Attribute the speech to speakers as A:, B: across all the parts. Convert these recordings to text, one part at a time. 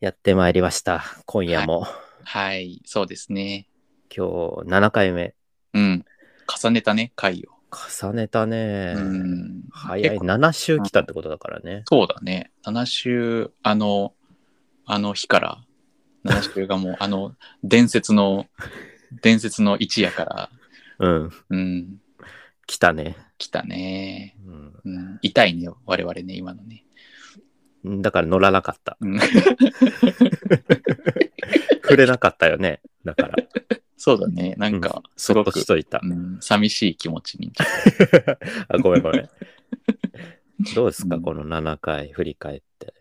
A: やってまいりました。今夜も、
B: はい、そうですね。
A: 今日7回目。
B: うん。重ねたね、回を。
A: 重ねたね
B: う。ん。
A: 早い。
B: 結構
A: 7週来たってことだからね。
B: そうだね。7週、あの、あの日から、7週が もう、あの、伝説の、伝説の一夜から、
A: うん。
B: うん、
A: 来たね。
B: 来たね。
A: う
B: うん、痛いね、我々ね、今のね。
A: ん。だから乗らなかった。
B: うん
A: 触れなかったよね。 だから、
B: そうだね、なん
A: う
B: か、す
A: そ
B: ご
A: っと
B: く
A: し、といた
B: う。ん、寂しい気持ちに。
A: あ、ごめんごめ ん。どうですか、
B: うん
A: この7回振り返って。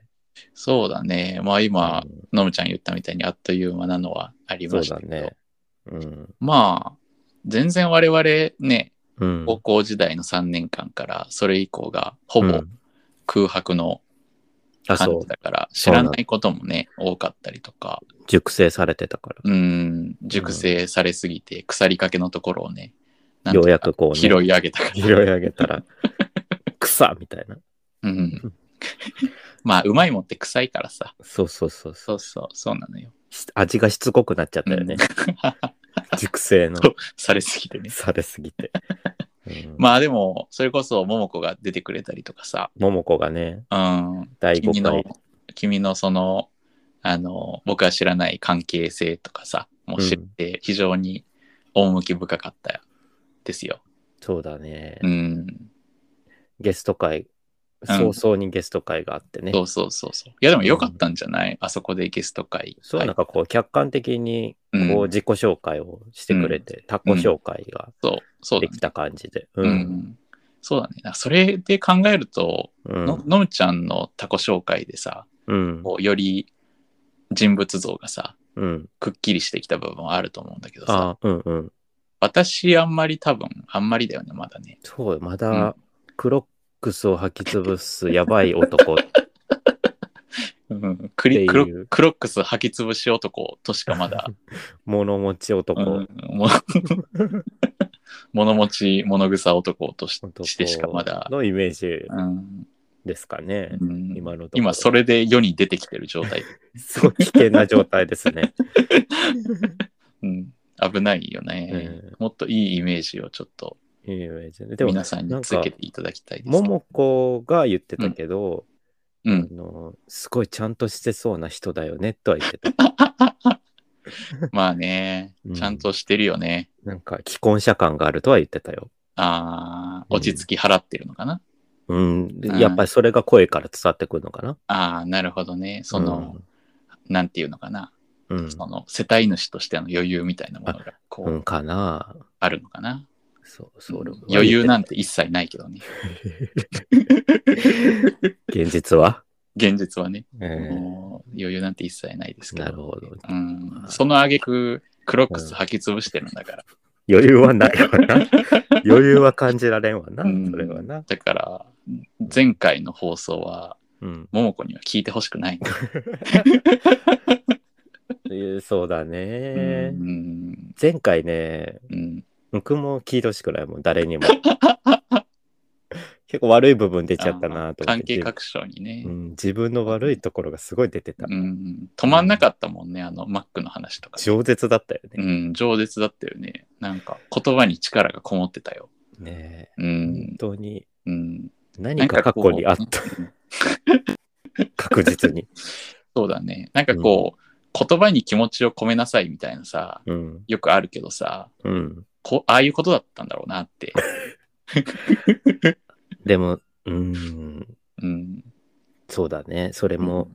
B: そうだね。まあ今
A: う、ん
B: のむちゃん言ったみたいにあっという間なのはあり
A: そ
B: ま
A: う
B: し
A: だ
B: たけど。
A: ね。うん。
B: まあ、全然我々ね、
A: うん。
B: 高校時代の3年間からそれ以降がほ
A: う
B: ぼ
A: ん
B: 空白の
A: あ、
B: 感
A: そう
B: じ。だから、知
A: そうな
B: ら
A: ん
B: ないこともね、多かったりとか、
A: 熟成されてたか
B: うん、熟成されすぎて腐りかけのところをね、
A: ら。よ
B: なん
A: う
B: とか
A: やくこう
B: 拾
A: ね
B: い、上げたか
A: 拾い上げた ら、草みたいな。
B: ら。うん。 まあ、うまいもんって臭いからさ。
A: そうそうそうそう。
B: そうそう、そうなのよ。
A: し味がしつこくなっちゃったよね。 熟成の
B: そうされすぎてね。
A: されすぎ て。うん
B: まあでも、それこそ、桃子が出てくれたりとかさ、
A: 桃子がね、
B: うん、
A: 第
B: 君
A: 5
B: の
A: 回、、
B: 君のその、あの、僕は知らない関係性とかさ、もう知って非常に趣深かったですよ。
A: そうだね、
B: うん。
A: ゲスト会、
B: うん
A: 早々にゲスト会があってね。
B: そうそうそうそう。いやでもよかったんじゃない、あそこでゲスト会。
A: そうなんかこう、客観的に
B: うん
A: こう自己紹介をしてくれて、他己紹介が
B: そう、そう
A: で
B: だね
A: き。た感じで。
B: う。
A: うんん。
B: そうだね。なんかそれで考えると、
A: うん。
B: ののむちゃんのタコ紹介でさ、
A: うん。
B: こうより人物像がさ、
A: うん。
B: くっきりしてきた部分はあると思うんだけどさ、
A: あうんうん。
B: 私あんまり多分、あんまりだよね、まだね。
A: そう、ま
B: う
A: だ
B: ん
A: クロックスを履き潰すやばい 男
B: うん、ク
A: っていう
B: リクロクロックス履き潰し男としか まだ、
A: 物持ち
B: う
A: 男、
B: ん、も 物持ち物草男とし
A: 男
B: してしかまだ、
A: のイメージ
B: うん
A: ですかね。
B: うん
A: 今のところ
B: 今それで世に出てきてる状 態、
A: すごい危険な状態です ね。
B: うん、危ないよね、
A: うん
B: もっといいイメージをちょっと
A: いいイメージねでも、
B: 皆さんにつけていただきたいですね、
A: 桃子が言ってたけど、
B: うん
A: あの、すごいちゃんとしてそうな人だよねとは言って た。
B: まあね
A: うん
B: ちゃんとしてるよね、
A: なんか、既婚者感があるとは言ってたよ。
B: あー落ち着き払ってるのかな、
A: うん、
B: うん
A: やっぱりそれが声から伝わってくるのかな。
B: ああなるほどねその、なんていうのかな
A: うん、うん、
B: その世帯主としての余裕みたいなものがこ
A: う
B: うん
A: かな。
B: あるのかな、
A: そう、そう、
B: うん余裕なんんて一切ないけどね
A: 現実は、
B: 現実はね、
A: えー
B: もう余裕なんて一切ないですけど
A: なるほど。
B: うん、その挙句クロックス履き潰してるんだから、
A: 余裕はないわ な。余裕は感じられんわな。
B: うん
A: それはな。
B: だから前回の放送は
A: うん。
B: 桃子には聞いてほしくないんだ、
A: えーそうだ
B: う
A: ね。
B: ん
A: 前回ね、
B: うん、
A: 僕も聞いてほしくないもん、誰にも。結構悪い部分出ちゃったなと思っ
B: 関
A: て。
B: 係各所にね
A: 自、分うん自分の悪いところがすごい出てた
B: うん。止まんなかったもんねあのマックの話とか、
A: 饒舌だったよ
B: う
A: ね。
B: ん、饒舌だったよねなんか言葉に力がこもってたよ
A: ね
B: う
A: え
B: ん
A: 本、当に
B: うん、
A: 何か過去にあった、確実に。
B: そうだね。なんかこう、言葉に気持ちを込めなさいみたいなさ、
A: うん。
B: よくあるけどさ、
A: うん。
B: こああいうことだったんだろうな って。
A: でも、うん、
B: うん。
A: そうだね。それも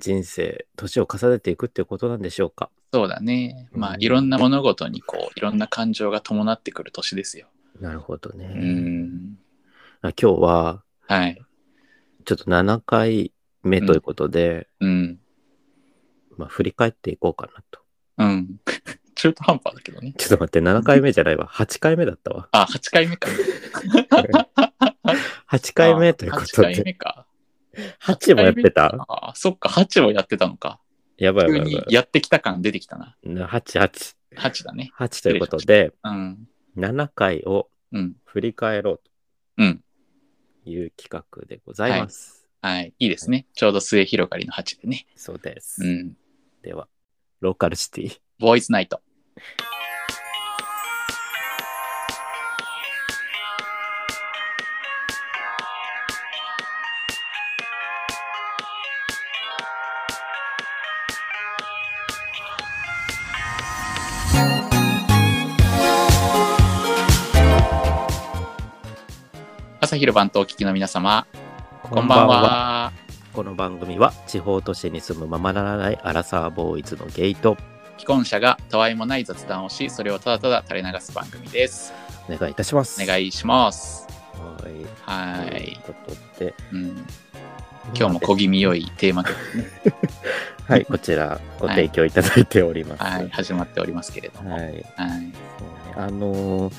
A: 人生、年を重ねていくっていうことなんでしょうか。
B: そうだね。まあ
A: う、ん
B: いろんな物事にこう、いろんな感情が伴ってくる年ですよ。
A: なるほどね。
B: うん。
A: あ今日は、
B: はい。
A: ちょっと7回目ということで、
B: うん。
A: まあ、振り返っていこうかなと。
B: うん。 中途半端だけどね。
A: ちょっと待って、7回目じゃないわ。8回目だったわ。
B: あ、8回目か。
A: 8回目ということ
B: 8回
A: で。
B: 目か。
A: 8もやってた
B: あ、そっか、8をやってたのか。
A: やばい
B: 急
A: やばい
B: に
A: やばい。
B: やってきた感出てきたな。
A: 8、8。
B: 8だね。
A: 8ということで、
B: うん。
A: 7回を
B: うん。
A: 振り返ろう
B: うん。
A: という企画でございます。
B: はい。いいですね。ちょうど末広がりの8でね。
A: そうです。
B: うん。
A: では、ローカルシティ。
B: ボーイズナイト。朝昼晩とお聞きの皆様、こんばん。は。
A: この番組は地方都市に住むままならないアラサーボーイズのゲイと
B: 既婚者がたわいもない雑談をし、それをただただ垂れ流す番組です。
A: お願いいたします。
B: お願いします。
A: はい。
B: は
A: とい。
B: いう
A: ことで、
B: うん、今日も小気味良いテーマ曲、
A: はい、こちらご提供いただいております。
B: はい、始まっておりますけれども。
A: は
B: はい。
A: いそうねあのー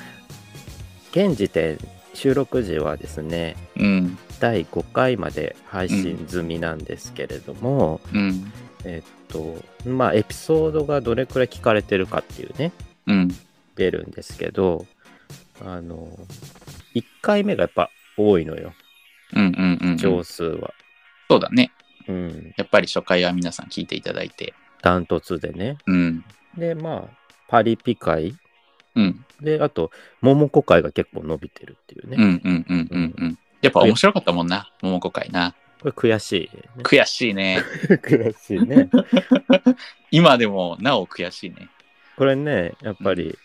A: 現時点、収録時はですね、
B: うん。
A: 第5回まで配信済みなんですけれども、
B: うん。
A: えっと、まあ、エピソードがどれくらい聞かれてるかっていうね、
B: うん。
A: 出るんですけど、あのー、1回目がやっぱ多いのよ、
B: うん。うん。うん。
A: 上
B: そ
A: 数は。
B: うだね。
A: うん、
B: やっぱり初回は皆さん聞いていただいて。
A: ダントツでね。
B: うん。
A: で、まあ、パリピ会
B: うん。
A: で、あと、桃子会が結構伸びてるっていうね。
B: うん。うん。うん。うん。うん。やっぱ面白かったもんな、桃子会な。
A: これ悔し い、ね。
B: 悔しいね。
A: 悔しいね。
B: 今でもなお悔しいね。
A: これね、やっぱり、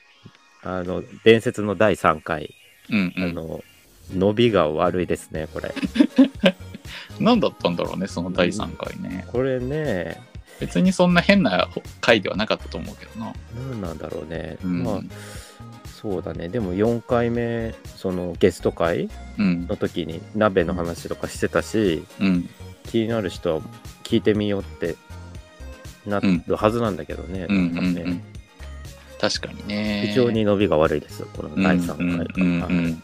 A: あの、伝説の第3回、
B: うん
A: あ
B: う
A: の、伸びが悪いですね、これ。
B: ん。何だったんだろうね、その第3回ね。
A: これね、
B: 別にそんな変な回ではなかったと思うけどな。
A: 何なんだろうね。
B: うん。
A: まあ、そうだね。でも4回目、そのゲスト会
B: うん。
A: の時に鍋の話とかしてたし、
B: うん。
A: 気になる人は聞いてみようってなるはずなんだけどね。
B: うんうん
A: な
B: うんん
A: か
B: う
A: ね
B: ん。確かにね。
A: 非常に伸びが悪いです、この第3回
B: うんうん
A: は
B: うんうん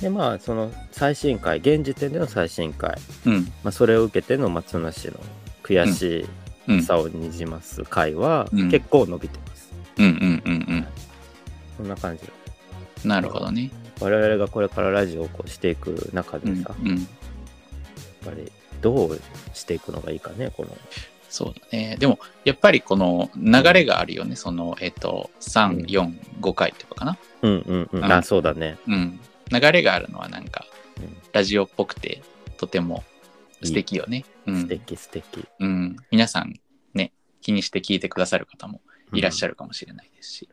A: で、まあ、その最新回、現時点での最新回、
B: うん
A: まあ、それを受けての松野氏の悔
B: う
A: し
B: ん
A: さをにじます回は、
B: うん
A: 結構伸びてます。
B: うんうんうん
A: そんな感じ。
B: うんなるほどね。
A: 我々がこれからラジオをこうしていく中
B: う
A: で
B: ん
A: さ、やっ
B: うん
A: ぱりどうしていくのがいいかね、この。
B: そうだね。でもやっぱりこの流れがあるよね。そのえっと
A: うん
B: 3、4、5回とかかな。
A: うんうんうん。
B: うん
A: あ、そうだね。
B: うん。流れがあるのはなんか
A: うん
B: ラジオっぽくてとても素敵よね。う
A: 素
B: ん
A: 敵素敵。
B: うん。皆さんね気にして聞いてくださる方もいらっし
A: ゃ
B: ゃるかもしれないですし。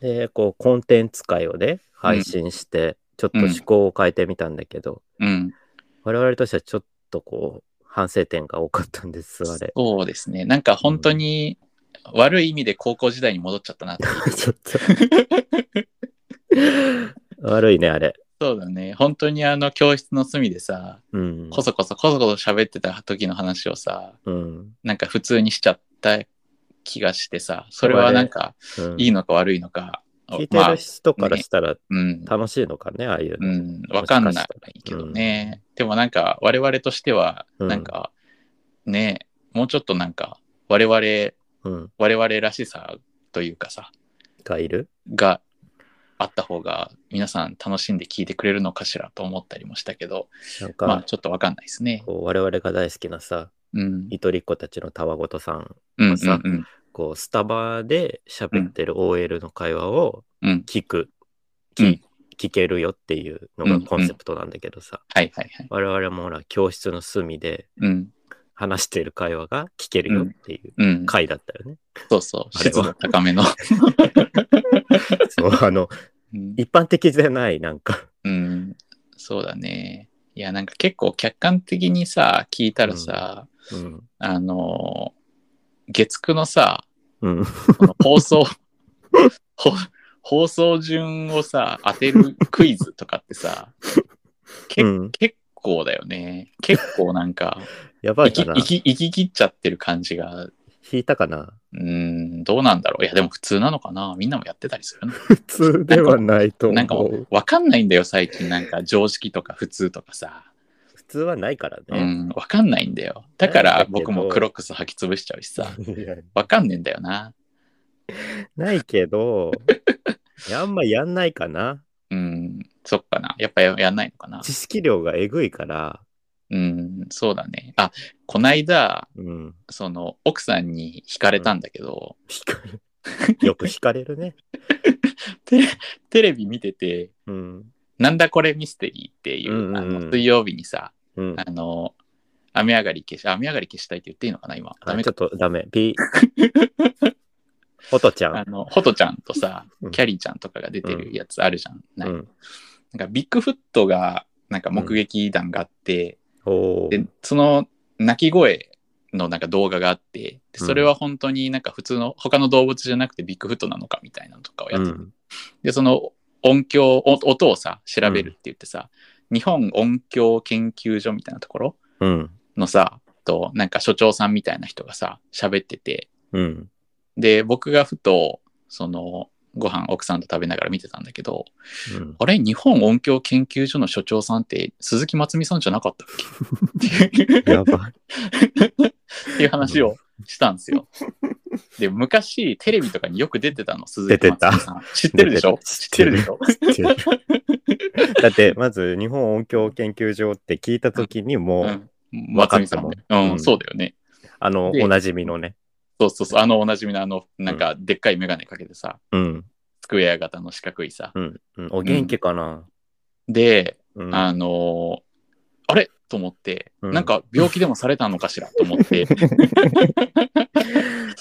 A: る。で、こう、コンテンツ界をね、配信して、ちょっと趣向を変えてみたんだけど、
B: うん。
A: 我々としてはちょっとこう、反省点が多かったんです、あれ。
B: そうですね。なんか本当に悪い意味で高校時代に戻っちゃったなってい う
A: ちょっと。悪いね、あれ。
B: そうだね。本当にあの教室の隅でさ、
A: うん。
B: こそこそこそこそ喋ってた時の話をさ、
A: うん。
B: なんか普通にしちゃった気がしてさ、それはなんか
A: うん
B: いいのか悪いのか、
A: 聞いて
B: まあ
A: る、人からしたら
B: うん、
A: 楽しいのかね、ああいう
B: う
A: の。
B: ん、わかんないけどね。でもなんか我々としては、
A: うん
B: なんか、ね、もうちょっとなんか我々、我
A: うん。
B: 々らしさというかさ、
A: がいる
B: があった方が皆さん楽しんで聞いてくれるのかしらと思ったりもしたけど、
A: なんか、
B: まあちょっとわかんないですね。
A: こう我々が大好きなさ、
B: うん。
A: いとりっ子たちのたわごとさん、
B: うんう
A: さ
B: んうん。
A: こう、スタバで喋ってる OL の会話を
B: うん。
A: 聞く、
B: う
A: 聞
B: ん
A: 聞けるよっていうの
B: う
A: が
B: ん
A: コンセプトなんだけどさ、
B: はいはいはい。
A: 我々もほら、教室の隅で
B: うん。
A: 話している会話が聞けるよっていう
B: うん。
A: 回だったよね。
B: そうそう。
A: あれは
B: 湿度高 めの。
A: そう、あの、
B: うん
A: 一般的じゃない、なんか。
B: うん。そうだね。いや、なんか結構客観的にさ、聞いたらさ、
A: うん。
B: あのー月9のさ、
A: うん。
B: この放送、 ほ放送順をさ、当てるクイズとかってさ、け
A: うん
B: 結構だよね。結構なんか、
A: やば
B: 生
A: い
B: き
A: かな
B: 生き生き切っちゃってる感じが、
A: 引いたかな
B: うん、どうなんだろう。いや、でも普通なのかなみんなもやってたりするの
A: 普通ではないと
B: なんか
A: 思
B: も
A: う
B: う。わかんないんだよ、最近。なんか常識とか普通とかさ。
A: 普通はないから
B: う
A: ね。
B: ん、わかんないんだよ。だ
A: な
B: か
A: んだ
B: ら
A: けど
B: 僕もクロックス履き潰しちゃうしさ。
A: いや
B: わかんねえんだよな。
A: ないけど、あんまやんないかな。
B: うん、そっかな。やっぱややんないのかな。
A: 知識量がえぐいから、
B: うん、そうだね。あ、こないだ、
A: うん。
B: その、奥さんに惹かれたんだけど、
A: 惹か れる。よく惹かれるね。
B: テレテレビ見てて、
A: うん。
B: なんだこれミステリーっていう、
A: うんうんうん
B: あの水曜日にさ、
A: うん。
B: あの、雨上がり消し、雨上がり消したいって言っていいのかな、今。ダ
A: あ
B: メ
A: ちょ
B: か
A: っ。とダメ。ピ ー。おとちゃ
B: あ
A: ん。
B: の、ホトちゃんとさ
A: うん、
B: キャリーちゃんとかが出てるやつあるじゃん。
A: う
B: なん
A: ん。
B: か、ビッグフットが、なんか目撃談があって、
A: おー
B: で、その鳴き声のなんか動画があって、でそれは本当になんか普通の、他の動物じゃなくてビッグフットなのかみたいなのとかをや
A: う
B: ってて
A: ん。
B: で、その音響、お音をさ、調べるって言ってさ、日本音響研究所みたいなところ
A: うん。
B: のさ、と、なんか所長さんみたいな人がさ、喋ってて、
A: うん。
B: で、僕がふと、その、ご飯奥さんと食べながら見てたんだけど、
A: うん
B: あれ日本音響研究所の所長さんって鈴木松美さんじゃなかったっけっていう
A: やばい。
B: っていう話をしたんですよ。で、昔テレビとかによく出てたの、鈴木
A: 出てた
B: 松美さん。知ってるでしょ知
A: 出
B: って
A: て
B: る
A: る
B: でしょ
A: だって、まず、日本音響研究所って聞いたときにもう、
B: うん松見さん
A: 分
B: も
A: か。
B: うん、
A: うん
B: そうだよね。
A: あの、
B: で
A: おなじみのね。
B: そうそうそう、あのおなじみのあの、なんか、でっかいメガネかけてさ、
A: うん。
B: スクエア型の四角いさ。
A: うん。うんお元気かな。
B: で、
A: うん。
B: あのーあれと思って、
A: うん
B: なんか病気でもされたのかしらと 思って、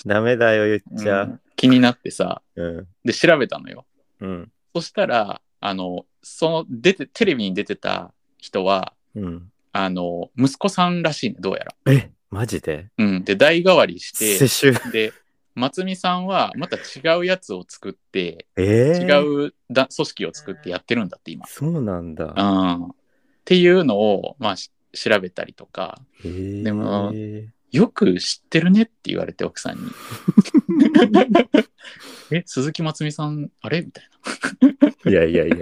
A: ダメだよ、言っち
B: う
A: ゃ。
B: ん気になってさ、
A: うん。
B: で、調べたのよ。
A: うん。
B: そしたら、あの、その、出て、テレビに出てた人は、
A: うん。
B: あの、息子さんらしいね、どうやら。
A: え、マジで
B: うん。で、代替わりして、
A: 世襲。
B: で、松見さんはまた違うやつを作って、
A: えー、う。
B: 違うだ組織を作ってやってるんだって、今。
A: そうなんだ。
B: うん。っていうのを、まあ、し調べたりとか、
A: えー、
B: でもよく知ってるねって言われて、奥さんに。え、鈴木松美さん、あれみたい
A: いやいやいやい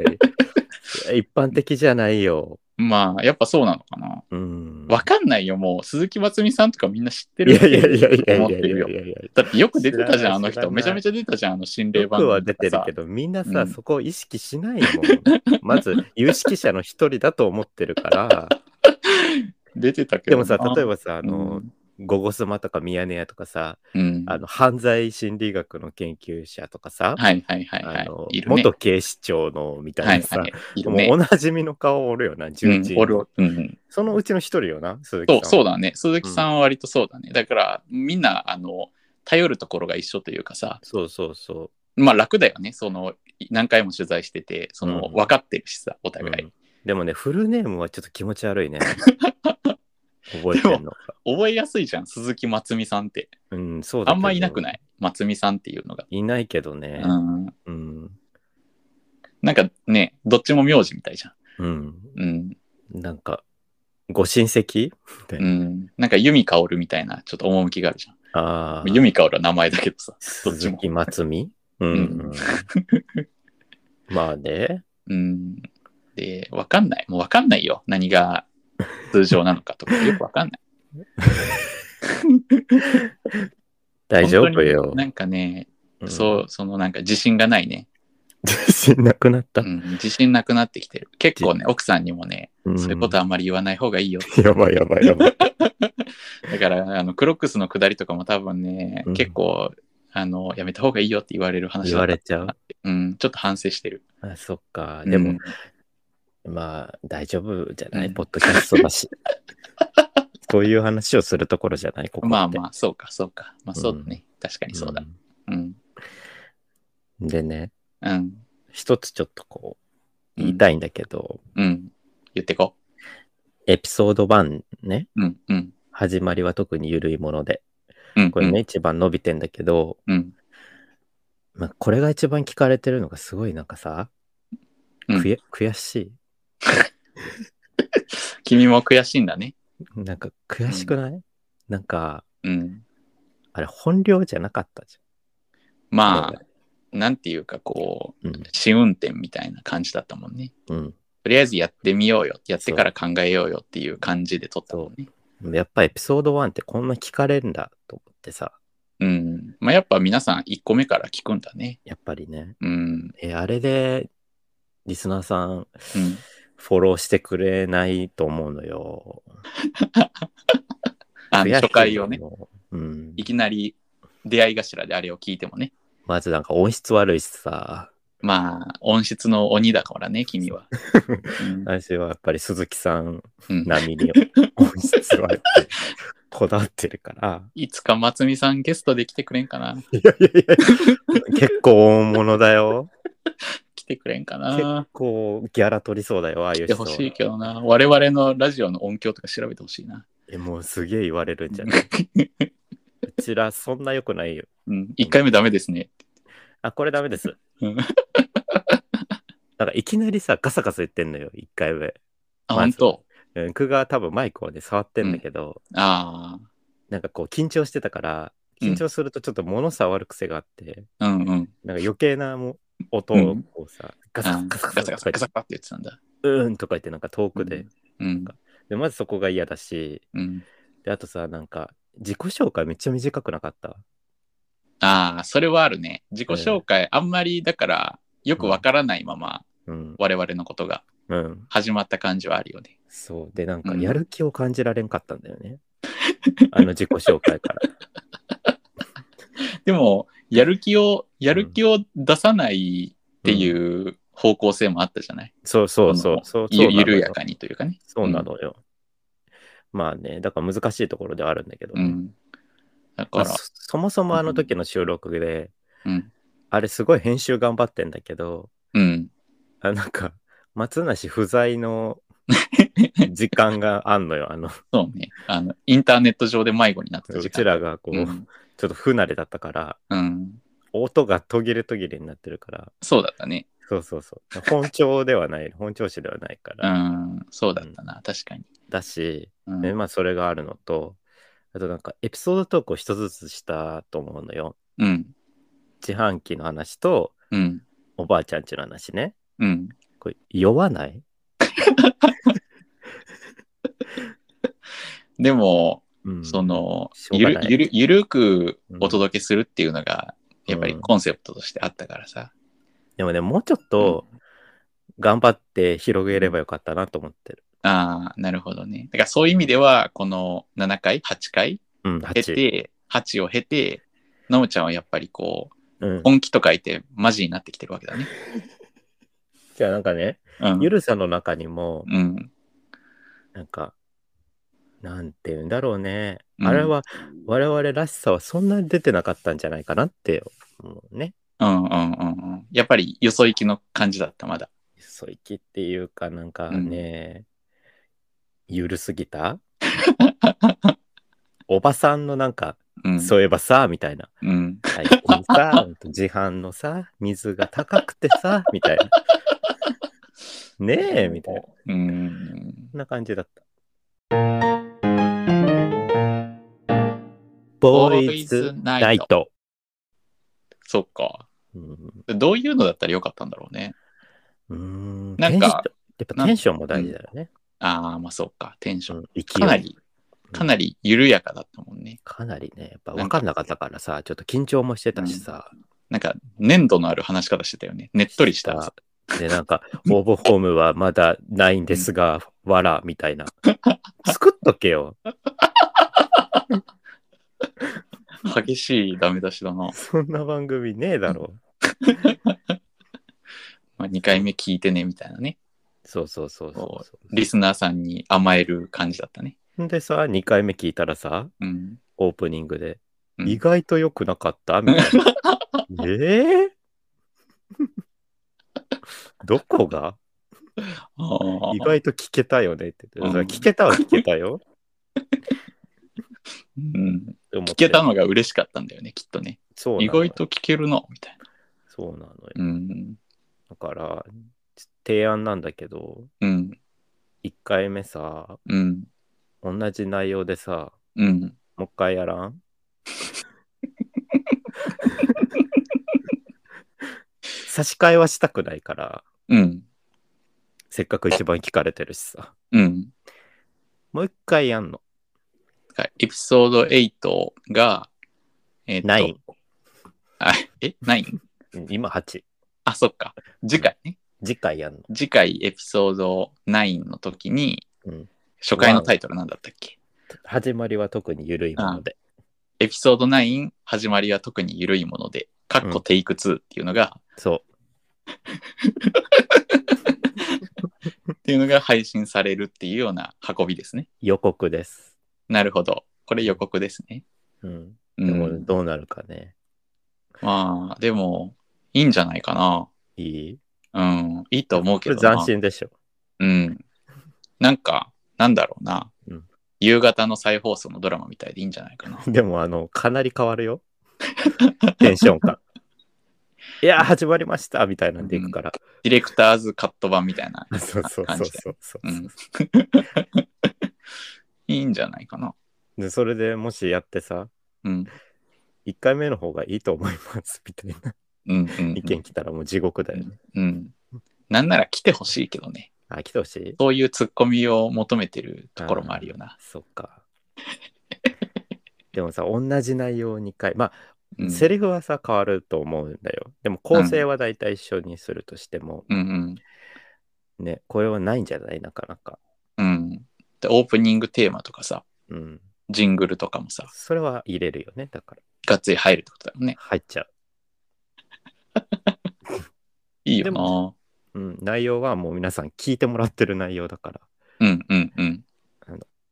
A: や。一般的じゃないよ。
B: な。まあ、やっぱそうなのかな。
A: うん。
B: わかんないよ、もう。鈴木松美さんとかみんな知って
A: い
B: る
A: やいやいやいやい
B: 思
A: や
B: っ
A: い
B: て
A: やい
B: るよ。
A: やいや。
B: だってよく出てたじゃん、あ
A: 知らな
B: の
A: い知らな
B: 人。
A: い
B: めちゃめちゃ出てたじゃん、あの心霊
A: よ
B: 番
A: く
B: 組
A: は出てるけ
B: ど。
A: ど、みんな
B: う
A: さ、
B: ん
A: そこを意識しないもん。まず、有識者の一人だと思ってるから。
B: 出てた
A: で
B: けど
A: も
B: な。
A: さ、例えばさ、あ
B: あ
A: の、、ゴゴスマとかミヤネ屋とかさ、
B: うん。
A: あの、犯罪心理学の研究者とかさ、
B: はいはいはいは
A: あ
B: い
A: の。
B: いるね。
A: 元警視庁のみた
B: はいい
A: なさ、
B: はい。いる
A: もう
B: ね
A: お。なじみの顔おるよな、
B: うん
A: 11、人、
B: おるおるうん、
A: そのうちの一人よな、鈴木
B: そう
A: さん。
B: そうだね鈴木さんは割とそうだね、だからみんなあの頼るところが一緒というかさ
A: そうそうそ
B: まあ楽だよねそのい何回も取材しててその、
A: うん
B: 分かってるしさお
A: う、
B: 互い、
A: うんでもね、フルネームはちょっと気持ち悪い ね。覚えてんのか。
B: 覚えやすいじゃん鈴木松美さんって
A: うん、そうだ
B: あんまいなく
A: い
B: ない松美さんっていうのが、
A: いないけどね。
B: うん、
A: うん。
B: なんかねどっちも名字みたいじゃん
A: うん。
B: うん、
A: なんか、ご親戚
B: うん、なんか由美かおるみたいなちょっと趣があるじゃん
A: ああ。
B: 由美かおるは名前だけどさどっち
A: 鈴
B: も
A: 木松美うん。
B: うん
A: まあね。
B: うん。で、わかんない。もうわかんないよ。何が通常なのかと か、よくわかんない。
A: 大丈夫
B: 本当
A: よ
B: に。なんかね、
A: うん
B: そう、そのなんか自信がないね。
A: 自信なくなった
B: う。ん、自信なくなってきてる。結構ね、奥さんにもね、そういうことあんまり言わない方がいいよ。
A: うんやばいやばいやばい。
B: だから、あの、クロックスの下りとかも多分ね
A: う、ん
B: 結構、あの、やめた方がいいよって言われる話
A: 言
B: だ
A: わ
B: った
A: れちゃう。
B: うん、ちょっと反省してる。
A: あそっか。でも、
B: うん
A: まあ、大丈夫じゃない、
B: うん
A: ポッドキャストだ し。そういう話をするところじゃない、ここって。
B: まあまあ、そうか、そうか。まあそうだね。確かにそうだ。うん。
A: うんでね、
B: うん。
A: 一つちょっとこう、言いたいんだけど、
B: うん。言ってこ
A: エピソード1ね、
B: う。うん、うん。
A: 始まりは特に緩いもので、
B: うん。
A: これね、、一番伸びてんだけど、
B: うん。
A: まあ、これが一番聞かれてるのがすごいなんかさ、
B: うん
A: 悔悔しい。
B: 君も悔しいんだね。
A: なんか悔しくない、なんか、
B: うん。
A: あれ本領じゃなかったじゃん。
B: まあ、なんていうかこう、
A: うん
B: 試運転みたいな感じだったもんね。
A: うん。
B: とりあえずやってみようよ。やってから考えようよっていう感じで撮ったもんね。
A: やっぱエピソード1ってこんな聞かれるんだと思ってさ、
B: うん。まあやっぱ皆さん1個目から聞くんだね。
A: やっぱりね、
B: うん。
A: えあれで、リスナーさん
B: うん。
A: フォローしてくれないと思うのよ。悔
B: あの
A: しい
B: 初回をね、
A: もう。うん。
B: いきなり出会い頭であれを聞いてもね。
A: まずなんか音質悪いしさ、
B: まあ、音質の鬼だからね、君は。うん
A: 私はやっぱり鈴木さん
B: うん
A: 並みに音質悪い。こだわってるから。
B: いつか松見さんゲストで来てくれんかない
A: やいやいや、結構大物だよ。
B: 来てくれんか
A: 結
B: な
A: 構ギャラ取りそうだよ、ああい
B: 来
A: う
B: て
A: 人
B: ほ
A: は。
B: しいけどな。我々のラジオの音響とか調べてほしいな。
A: えもうすげえ言われるんじゃないうちらそんな良くないよ。
B: うん、1回目ダメですね。
A: あ、これダメです。
B: うん
A: なんかいきなりさ、ガサガサ言ってんのよ、一回目。
B: あ、
A: ま
B: 本
A: ず
B: 当
A: うん、クが多分マイクをね、触ってんだけど、
B: あ
A: なんかこう緊張してたから、緊張するとちょっと物触る癖があって、
B: あ、うんうん。
A: なんか余計なも音をこうさ、ガサ
B: あ
A: ガサ
B: ガ
A: ガ
B: サ
A: サガ
B: ガサ
A: サ
B: ガサって言ってたんだ。
A: うーんとか言ってなんか遠くで。
B: うん。
A: で、まずそこが嫌だし、
B: うん、
A: で、あとさ、なんか自己紹介めっちゃ短くなかった。
B: ああ、それはあるね。自己紹介、あんまりだから、よくわからないまま、
A: うん。
B: 我々のことが
A: うん。
B: 始まった感じはあるよね。
A: そう。で、なんか、
B: うん
A: やる気を感じられんかったんだよね。 あの自己紹介 から。
B: でも、やる気を、やる気を出さないっていう方向性もあったじゃない、
A: そうそうそ
B: あ
A: う
B: の。
A: そうそうな
B: ゆ
A: のよ
B: 緩やかにというかね。
A: そうなのよ。まあね、だから難しいところではあるんだけど
B: う
A: ね、
B: ん。だ
A: ま
B: か
A: あ
B: ら
A: そ、そもそもあの時の収録で、
B: うん。
A: あれすごい編集頑張ってんだけど、
B: うん。
A: あなんか、松梨不在 の時間があんのよ。あの、
B: そうね。あの、インターネット上で迷子になってた
A: う
B: 時
A: ち
B: 間。
A: らがこう、
B: うん。
A: ちょっと不慣れだったから、
B: うん。
A: 音が途切れ途切れになってるから、
B: そうだったね。
A: そうそうそう。本調ではない、本調子ではないか
B: う
A: ら。
B: ん。そうだったな。確かに。
A: だし、
B: うん
A: ね、まあそれがあるのと、あとなんかエピソードトークを一つずつしたと思うのよ。
B: うん。
A: 自販機の話と
B: うん。
A: おばあちゃんちの話ね。
B: うん。
A: これ酔わない
B: でも、
A: うん。
B: その
A: しょう
B: ゆ
A: が
B: る
A: ない
B: ゆるゆるくお届けするっていうのが、やっぱりコンセプトとしてあったからさ。
A: でもね、もうちょっと頑張って広げればよかったなと思ってる。
B: ああ、なるほどね。だからそういう意味では、この7回、8回
A: うん、
B: 経
A: 8。
B: て、8を経て、のむちゃんはやっぱりこう、
A: うん、
B: 本気と書いてマジになってきてるわけだね。
A: じゃあなんかね、
B: うん。
A: ゆるさの中にも、
B: うん。
A: なんか、なんて言うんだろうね。
B: うん
A: あれは、我々らしさはそんなに出てなかったんじゃないかなって思うね。
B: うんうんうんうん。やっぱりよそ行きの感じだった、まだ。
A: 嘘行きっていうかなんかね、ゆるすぎ たおばさんのなんか、
B: うん。
A: そういえばさみたいな
B: うん。
A: 最近さ自販のさ水が高くてさみたい なねえみたいなこ
B: うん。
A: んな感じだったボーイズナイト、
B: そっか。
A: うん
B: どういうのだったらよかったんだろうね。
A: うーん
B: なんか
A: テンションやっぱテンションも大事だよね、
B: ああ、まあそうか。テンション
A: うん勢い
B: かなり、かなり緩やかだったもんね。
A: かなりねやっぱ分かんなかったからさちょっと緊張もしてたしさ、
B: なんか、粘土のある話し方してたよね。ねっとりした。
A: で、なんか、応募フォームはまだないんですが、わら、みたいな。作っとけよ。
B: 激しいダメ出しだな。
A: そんな番組ねえだろ。
B: まあ、2回目聞いてね、みたいなね。
A: そうそうそうそうそ
B: リスナーさんに甘える感じだったね。
A: う。んでさ、2回目聞いたらさ、
B: うん。
A: オープニングで、
B: うん
A: 意外と良くなかったみた いな。ええどこが
B: あー
A: 意外と聞けたよねって言って
B: うん
A: 聞けたは聞けたよ。
B: うん。
A: って思って
B: 聞けたのが嬉しかったんだよね、きっとね。
A: そうなの
B: 意
A: よ
B: 外と聞けるな、みたいな。
A: そうなのよ。
B: うん。
A: だから、提案なんだけど、
B: うん。
A: 1回目さ、
B: うん。
A: 同じ内容でさ、
B: うん。
A: もう一回やら ん差し替えはしたくないから、
B: うん。
A: せっかく一番聞かれてるしさ。
B: うん。
A: もう一回やんの。
B: エピソード8が、えっと
A: 9。
B: あえ、ない
A: 今8。
B: あ、そっか。次回ね。
A: 次回やんの。
B: 次回エピソード9の時に、
A: うん
B: 初回のタイトルなんだったっけ
A: 始まりは特に緩いもので。
B: エピソード9始まりは特に緩いもので、カッ
A: う
B: コ
A: ん
B: テイク2っていうのが、
A: そ
B: っていうのが配信されるっていうような運びですね。
A: う。予告です。
B: なるほど。これ予告ですね。
A: うん。で
B: う
A: も
B: ん、
A: どうなるかね。
B: まあ、でも、いいんじゃないかな。
A: いい
B: うん、いいと思うけど
A: これ
B: な。
A: 斬新でしょ。
B: うん。なんか、なんだろうな。
A: うん
B: 夕方の再放送のドラマみたいでいいんじゃないかな。
A: でも、あの、かなり変わるよ。 テンションが。いやー、始まりましたみたいなんでいくから。
B: ディレクターズカット版みたいな。
A: そうそうそうそうそう。
B: うん。 いいんじゃないかな。
A: で、それでもしやってさ、
B: うん。
A: 1回目の方がいいと思いますみたいな
B: うん、うん。
A: 意見来たらもう地獄だよね。
B: うん。なんなら来てほしいけどね。
A: あ、来てほしい
B: そういうツッコミを求めてるところもあるよな。
A: そっか。でもさ、同じ内容2回。まあ、
B: うん、
A: セリフはさ、変わると思うんだよ。でも構成は大体一緒にするとしても、
B: うん
A: ね、これはないんじゃないなかなか。
B: うん。うん。で、オープニングテーマとかさ、
A: うん。
B: ジングルとかもさ、
A: それは入れるよね。だから、
B: がっつり入るってことだよね。
A: 入っちゃ
B: いい
A: で
B: よ
A: もう。うん。内容はもう皆さん聞いてもらってる内容だから、
B: な。うんうんうん。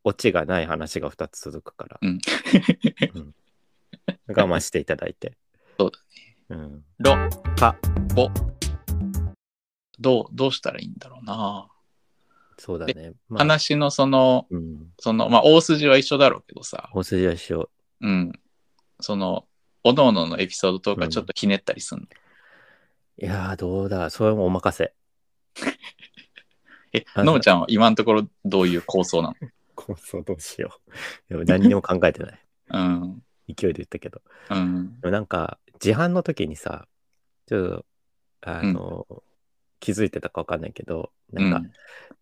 A: オチがない話が2つ続くから、
B: うん
A: うん我慢していただいて。
B: そうだ
A: ね。うん。
B: ろ、
A: か、
B: ぼ。どう、どうしたらいいんだろうな。
A: そうだね。まあ、
B: 話のその、
A: うん。
B: その、まあ、大筋は一緒だろうけどさ、
A: お筋は一緒。
B: うん。その、おのおののエピソードとかちょっとひねったりすんの。
A: いやー、どうだ。それもお任せ。
B: え、
A: あ
B: のむちゃんは今のところどういう構想な
A: 構想どうしよう。でも何にも考えてない。
B: の
A: 勢いで言ったけど。
B: うん。うん。
A: でもなんか、自販の時にさ、ちょっと、あの、気づいてたかわかんないけど、なんか、
B: うん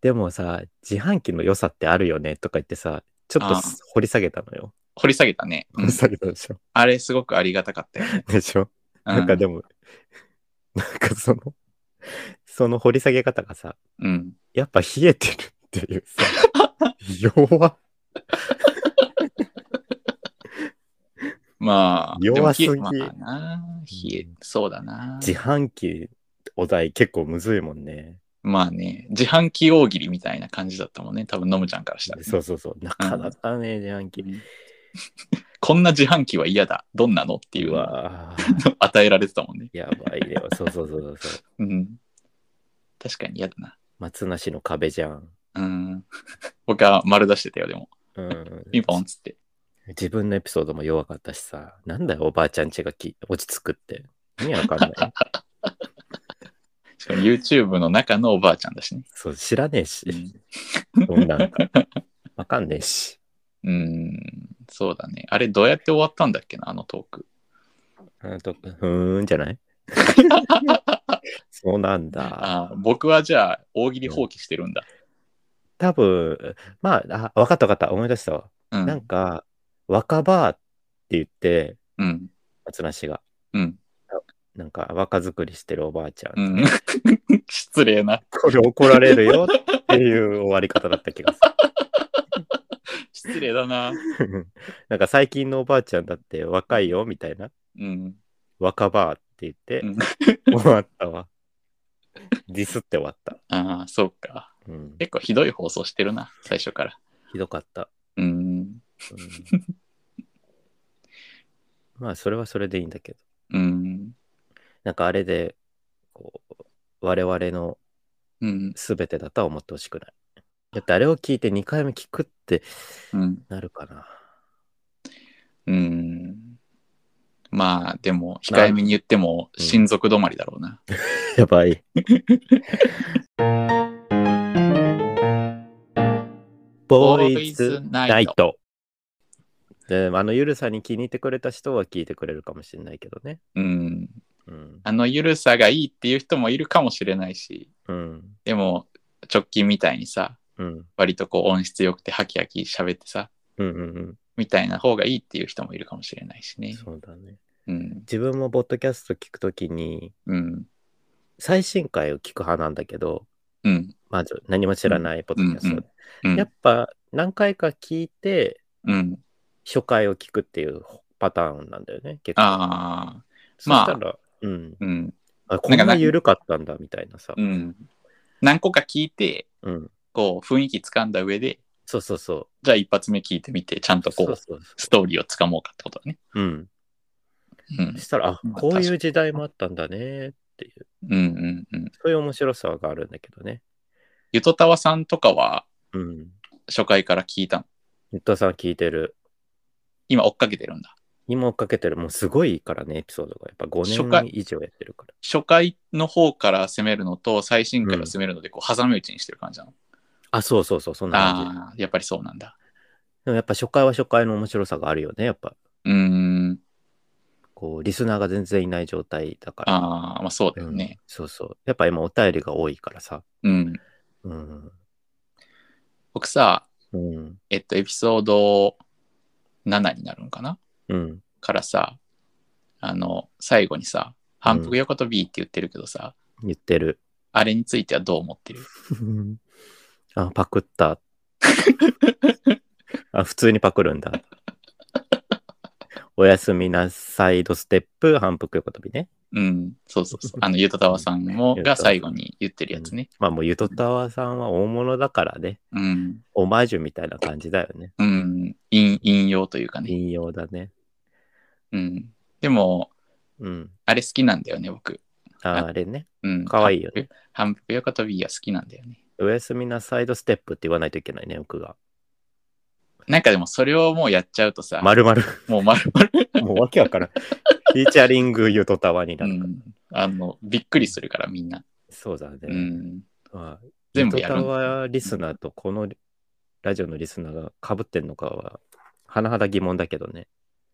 A: でもさ、自販機の良さってあるよねとか言ってさ、ちょっと
B: ああ
A: 掘り下げたのよ。
B: 掘り下げたね。う
A: 掘
B: ん
A: り下げたでしょ。
B: あれすごくありがたかったよね。
A: でしょ、
B: う
A: なんかでも、なんかその、その掘り下げ方がさ、
B: うん。
A: やっぱ冷えてるっていう さ、弱っ
B: まあ、
A: 弱すぎ
B: でも冷えまあな冷え、そうだな。
A: 自販機お題結構むずいもんね。
B: まあね、自販機大喜利みたいな感じだったもんね。多分、のむちゃんからしたらね、
A: そうそうそう。なかなかね、自販機。
B: うんこんな自販機は嫌だ。どんなのってい
A: う
B: うのを
A: わー
B: 与えられてたもんね。
A: やばいよ。そうそうそうそうそう。
B: うん。確かに嫌だな。
A: 松梨の壁じゃん。
B: うん。 僕は丸出してたよ、でも。
A: うん、
B: ピンポンっつって。
A: 自分のエピソードも弱かったしさ、なんだよ、おばあちゃんちがき落ち着くって。意味わかんない。
B: しかも YouTube の中のおばあちゃんだしね。
A: そう、知らねえし
B: う、ん
A: そんなんか。わかんねえし。
B: うん、そうだね。あれ、どうやって終わったんだっけな、あのトーク。
A: あのとふーんじゃ ないそうなんだ。
B: あ僕はじゃあ、大喜利放棄してるんだ。
A: 多分まあ、あ、わかったわかった、思い出したわ。
B: うん。
A: なんか、若葉って言って、
B: うん。
A: 松梨が、
B: うん。
A: なんか若作りしてるおばあちゃん。
B: うん、 失礼な。
A: これ怒られるよっていう終わり方だった気がす
B: 失礼だな。
A: る。 なんか最近のおばあちゃんだって若いよみたいな、
B: うん。
A: 若葉って言って
B: うん
A: 終わったわ。ディスって終わった。
B: ああ、そうか。
A: うん、
B: 結構ひどい放送してるな、最初から。
A: ひどかった。
B: うん。
A: うんまあ、それはそれでいいんだけど。
B: うん。
A: なんかあれで、こう、我々の
B: うん。
A: 全てだとは思ってほしくない。だってあれを聞いて2回目聞くって
B: うん。
A: なるかな。
B: うん。まあ、でも、控えめに言っても、
A: うん
B: 親族止まりだろうな。
A: やば い。ボーイズナ
B: ナ
A: イ。ト。であのゆるさに気に入ってくれた人は聞いてくれるかもしれないけどね。
B: うん。
A: うん。
B: あのゆるさがいいっていう人もいるかもしれないし、
A: うん。
B: でも、直近みたいにさ、
A: うん。
B: 割とこう音質良くてハキハキ喋ってさ、
A: うんうん
B: みたいな方がいいっていう人もいるかもしれないし
A: うん。
B: ね。
A: そうだね。
B: うん。
A: 自分もポッドキャスト聞くときに、
B: うん。
A: 最新回を聞く派なんだけど、
B: うん。
A: まず何も知らないポッドキャストで。
B: うん
A: やっぱ何回か聞いて、
B: うん。
A: 初回を聞くっていうパターンなんだよね、結構。
B: ああ、
A: そしたら、うん。
B: うん。
A: あ、こん
B: なんか
A: な
B: な
A: 緩かったんだ、みたいなさ。
B: うん。何個か聞いて、
A: うん。
B: こう、雰囲気つかんだ上で、
A: そうそうそ
B: じゃあ一発目聞いてみて、ちゃん
A: う。
B: と
A: そ
B: こ
A: う
B: う、
A: そうそ
B: ストーリーをつかもうかってことだね。
A: う。うん。
B: うん
A: そ。したら、あ
B: まあ、
A: こういう時代もあったんだね。
B: うんうんうん。
A: そういう面白さがあるんだけどね。
B: ゆとたわさんとかは、
A: うん。
B: 初回から聞いたの。
A: ゆとさん聞いてる。
B: 今追っかけてるんだ。
A: 今追っかけてる。もうすごいからね、エピソードが。やっぱ
B: 初
A: 5
B: 回
A: 年以上やってるから。
B: 初回の方から攻めるのと、最新回を攻めるので、こう、挟み撃ちにしてる感じなの。
A: あ、そうそうそう、そんな感じ。
B: ああ、やっぱりそうなんだ。
A: でもやっぱ初回は初回の面白さがあるよね。やっぱ、
B: うーん。
A: こう、リスナーが全然いない状態だから。
B: ああ、まあそうだよ
A: うん
B: ね。
A: そうそう。やっぱ今お便りが多いからさ。
B: うん。
A: うん。
B: 僕さ、
A: うん。
B: えっと、エピソード7になるんかな
A: うん。
B: からさ、あの、最後にさ、反復横跳びって言ってるけどさ、
A: 言ってる。
B: あれについてはどう思ってる
A: あ、パクった。 あ、普通にパクるんだ。おやすみなサイドステップ反復横跳びね。
B: うん、そうそうそう。あの、ゆとたわさんも
A: うん
B: が最後に言ってるやつね。
A: まあもうゆとたわさんは大物だからね。
B: うん、
A: オマージュみたいな感じだよね。
B: うん、引引用というかね。
A: 引用だね。
B: うん。でも、
A: うん。
B: あれ好きなんだよね、僕。
A: あ
B: あ
A: あれね。
B: うん。
A: かわいいよね
B: 反復。反復横跳びは好きなんだよね。
A: おやすみなサイドステップって言わないといけないね、僕が。
B: なんかでもそれをもうやっちゃうとさ、
A: まるまる。
B: もう丸々、
A: もうわけわ からん。フィーチャリングゆとたわに
B: う
A: なるから。
B: ん、あの、びっくりするからみんな。
A: そうだね。
B: うん。
A: まあ、
B: 全部やるんだ
A: ゆとたわリスナーとこのラジオのリスナーがかぶってんのかは、甚だ疑問だけどね。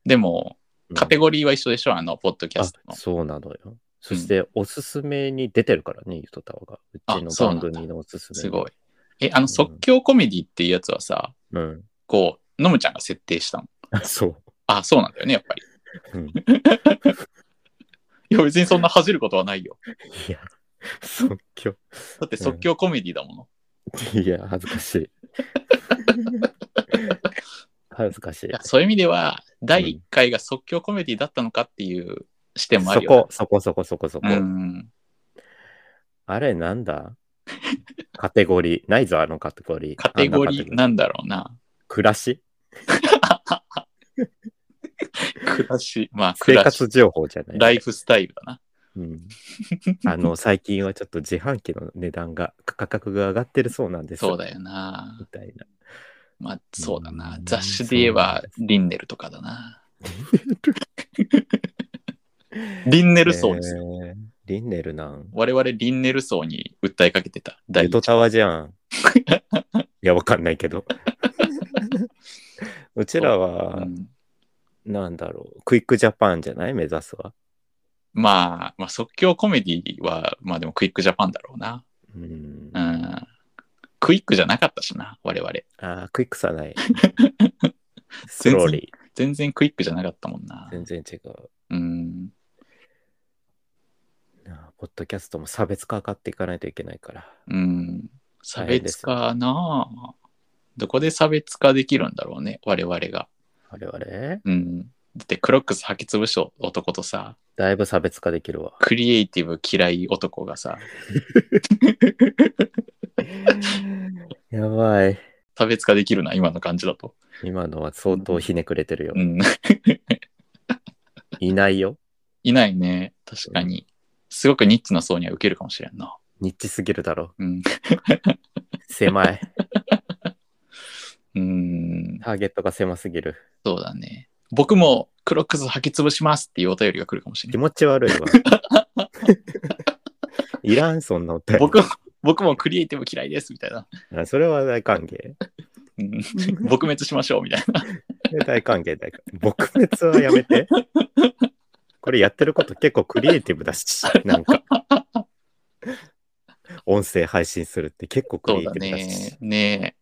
B: でも、
A: うん
B: カテゴリーは一緒でしょ、あの、ポッドキャ
A: あ
B: ストの。
A: そうなのよ。そして、おすすめに出てるからね、ゆとたわが。う
B: あ
A: ちの
B: そうなん
A: 番
B: だ
A: 組のおすすめに。
B: すごい。え、あの、即興コメディっていうやつはさ、
A: うん。
B: こう、のむちゃんが設定したの。
A: そう。
B: あ、そうなんだよね、やっぱり。
A: うん、い
B: いや、別にそんな恥じることはないよ。
A: や、即興。
B: だって即興コメディだもの。
A: いや、恥ずか しい。恥ずかしい
B: いや。そういう意味では、第1回が即興コメディだったのかっていう視点もあ
A: そ
B: る
A: こ、
B: よ、
A: そこそこそこそこ。
B: うん。
A: あれ、なんだカテゴリー。ないぞ、あのカテゴリー。
B: カテゴ
A: あんなカ
B: リー
A: リー
B: なんだろうな。
A: 暮らし
B: 暮らし、まあ、暮
A: 生
B: らし
A: 活、情報じゃない。
B: ライフスタイルだな。
A: うん、あ の、最近はちょっと自販機の値段が、価格が上がってるそうなんです。
B: そうだよな
A: み。たいな。
B: まあ、そうだな
A: う。ん
B: 雑誌で言えば、リンネルとかだな。 リンネル層ですよ。
A: えーリンネルなん。
B: 我々リンネル層に訴えかけてた。第
A: ゆと
B: 一
A: たわじ ゃん。いや、わかんないけど。うちら
B: う
A: は、
B: ん
A: なんだろう、クイックジャパンじゃない目指すは。
B: まあ、まあ、即興コメディは、まあでもクイックジャパンだろうな。
A: うん
B: う、ん。クイックじゃなかったしな、我々。
A: あークイックさ ない。ス
B: 全然
A: ローリ
B: 全然クイックじゃなかったもんな
A: ー。。全然違う。
B: うん。
A: なあポッドキャストも差別化上がっていかないといけないから。
B: うん。差
A: 大変で
B: 別
A: す
B: 化なあどこで差別化できるんだろうね、我々が。
A: 我々、
B: うん。だってクロックス履き潰し男とさ、
A: だいぶ差別化できるわ。
B: クリエイティブ嫌い男がさ、
A: やばい。
B: 差別化できるな、今の感じだと。
A: 今のは相当ひねくれてるよ
B: う。ん。
A: いないよ。
B: いないね。確かに。すごくニッチな層には受けるかもしれんな。
A: ニッチすぎるだろ。
B: うん。
A: 狭 い。
B: うん。
A: ターゲットが狭すぎる。
B: そうだね。僕もクロックス履き潰しますっていうお便りが来るかもしれ
A: 気
B: ない。
A: 持ち悪いわ。 いらん、そんなお便り
B: 僕も、僕もクリエイティブ嫌いですみたいな。
A: あそれは大歓迎。
B: うん撲滅しましょうみたいな。
A: 大歓迎、大歓迎。撲滅はやめて。これやってること結構クリエイティブだし、なんか。音声配信するって結構ク
B: そ
A: リエ
B: う
A: イテ
B: だ
A: ィブだし。
B: ね。ね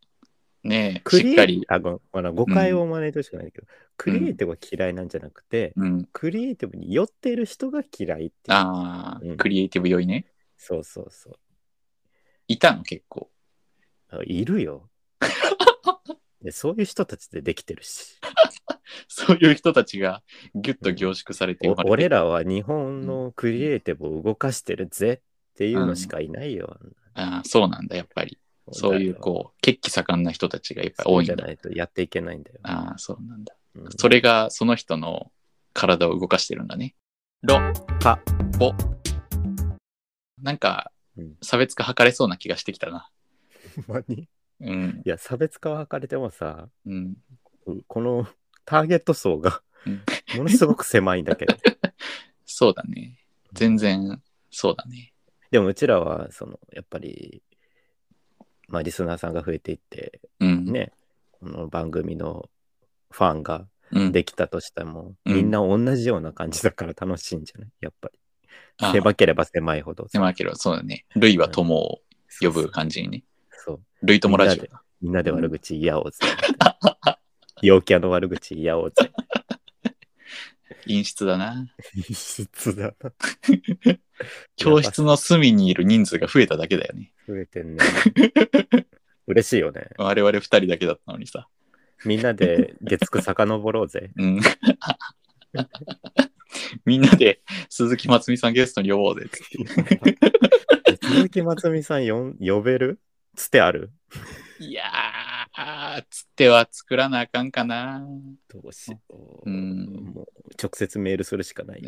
B: え。ねえ。
A: ク
B: し
A: リ
B: っ
A: エ
B: か
A: イ
B: り。
A: あごあの誤解を招いてほしくないんだけど、クリエイティブが嫌いなんじゃなくて、
B: うん。
A: クリエイティブに寄っている人が嫌いっていう。
B: ああ、
A: うん
B: クリエイティブ良いね。
A: そうそうそ
B: いたの結構。
A: う。あいる よ。でそういう人たちでできてるし。
B: そういう人たちがギュッと凝縮されて
A: お
B: 生まれて
A: 俺らは日本のクリエイティブを動かしてるぜっていうのしかいないよ。
B: ああそうなんだ、やっぱり。そういうこう、血気盛んな人たちがいっぱい
A: そ
B: 多
A: う
B: いん
A: じゃ
B: だ。
A: ないとやっていけないんだよ。
B: ああ、そうなんだ。
A: うん
B: それがその人の体を動かしてるんだね。ロ、
A: パ、
B: ボ。なんか
A: うん、
B: 差別化図れそうな気がしてきたな。
A: ほんまに
B: うん。
A: いや、差別化は図れてもさ、
B: うん。
A: うこのターゲット層が
B: うん
A: ものすごく狭いんだけど。
B: そうだね。全然、そうだね。
A: でもうちらは、その、やっぱり、まあ、リスナーさんが増えていって、
B: うん。
A: ね、この番組のファンが
B: うん、
A: できたとしても、
B: うん
A: みんな同じような感じだから楽しいんじゃないやっぱり。
B: ああ
A: 狭ければ狭いほど。
B: 狭いけど、そうだね。類は友を呼ぶ感じにね。
A: そう。
B: 類友ラジオだ。
A: みんなで悪口言い合おうぜ。陽キャの悪口言い合おうぜ。
B: 陰湿だな。
A: 異質だな。
B: 教室の隅にいる人数が増えただけだよね。
A: 増えてんね。嬉しいよね。
B: 我々二人だけだったのにさ。
A: みんなで月9遡ろう ぜ。
B: うん。みんなで鈴木まつみさんゲストに呼ぼうぜっつって。
A: 鈴木まつみさんよん呼べるつてある
B: いやー、つっては作らなあかんかな。
A: どうしよう。
B: うん
A: もう直接メールするしかない。
B: う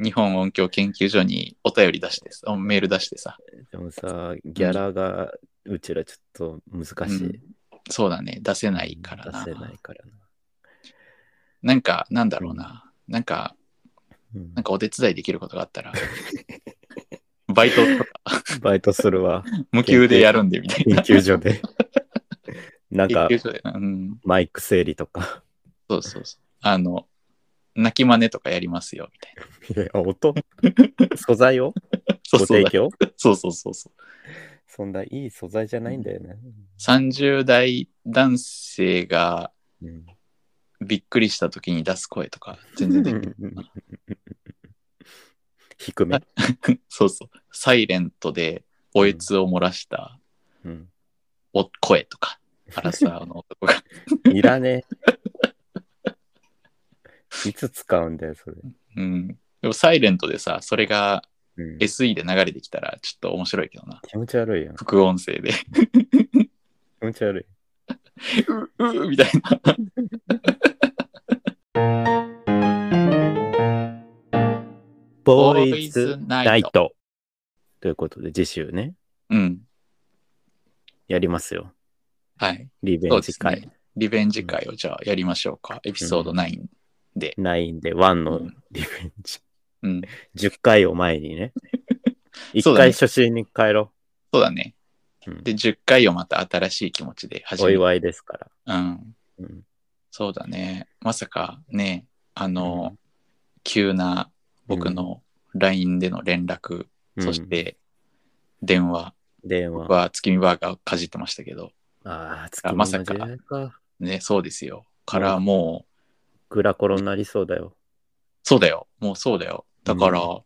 B: ん日本音響研究所にお便り出してさ、メール出してさ。
A: でもさ、ギャラがうちらちょっと難しい。
B: うんそうだね、出せないからな。
A: 出せないからな。
B: なんか、なんだろうな。なんか、
A: うん
B: なんかお手伝いできることがあ ったら。バイトとか、
A: バイトする わ。
B: 無給でやるんでみたい
A: 研
B: な。
A: 究所 で。なんか
B: 研究所でうん、
A: マイク整理とか。
B: そうそうそう。あの、泣き真似とかやりますよ、みたいな。
A: いや、音素材を
B: そ
A: ご
B: う そう
A: 提供
B: そうそうそうそう。
A: そんないい素材じゃないんだよね。
B: 30代男性が
A: うん
B: びっくりした時に出す声とか全然できる。
A: 低め。
B: そうそう。サイレントでおえつを漏らした
A: うん
B: お声とか、アラサーの男 が。
A: いらねえ。いつ使うんだよ、それ。
B: うん。でもサイレントでさ、それが
A: うん
B: SE で流れてきたらちょっと面白いけどな。
A: 気持ち悪いやん。気
B: 副音声で、
A: 持ち悪い。
B: う、う、 みたいな。
A: ボーイズナ
B: ナ
A: イ。ト。ということで、次週ね、
B: うん。
A: やりますよ。
B: はい。
A: リベ
B: そう
A: ン
B: で
A: ジ
B: す
A: 会。
B: ね。リベンジ会をじゃあやりましょうか。エピソード9。
A: 9で1の
B: うん
A: リベンジ。
B: うん。
A: 10回を前に ね。
B: そ
A: 1
B: うだね
A: 回初心に帰ろ
B: そうだね。
A: うん
B: で、10回をまた新しい気持ちで
A: う。
B: 始
A: お
B: める。
A: 祝いですから。
B: うん。
A: うん
B: そうだね。まさかね、あの、急な僕の LINE での連絡、そし、て電話、
A: うん電
B: 僕
A: 話。
B: は月見バーガーをかじってましたけど、
A: ああ、月
B: あ
A: 見
B: まさ
A: の
B: か
A: 時代か。
B: ね、そうですよ。からもう、
A: グラコロになりそうだよ。
B: そうだよ。もうそうだよ。だから、
A: う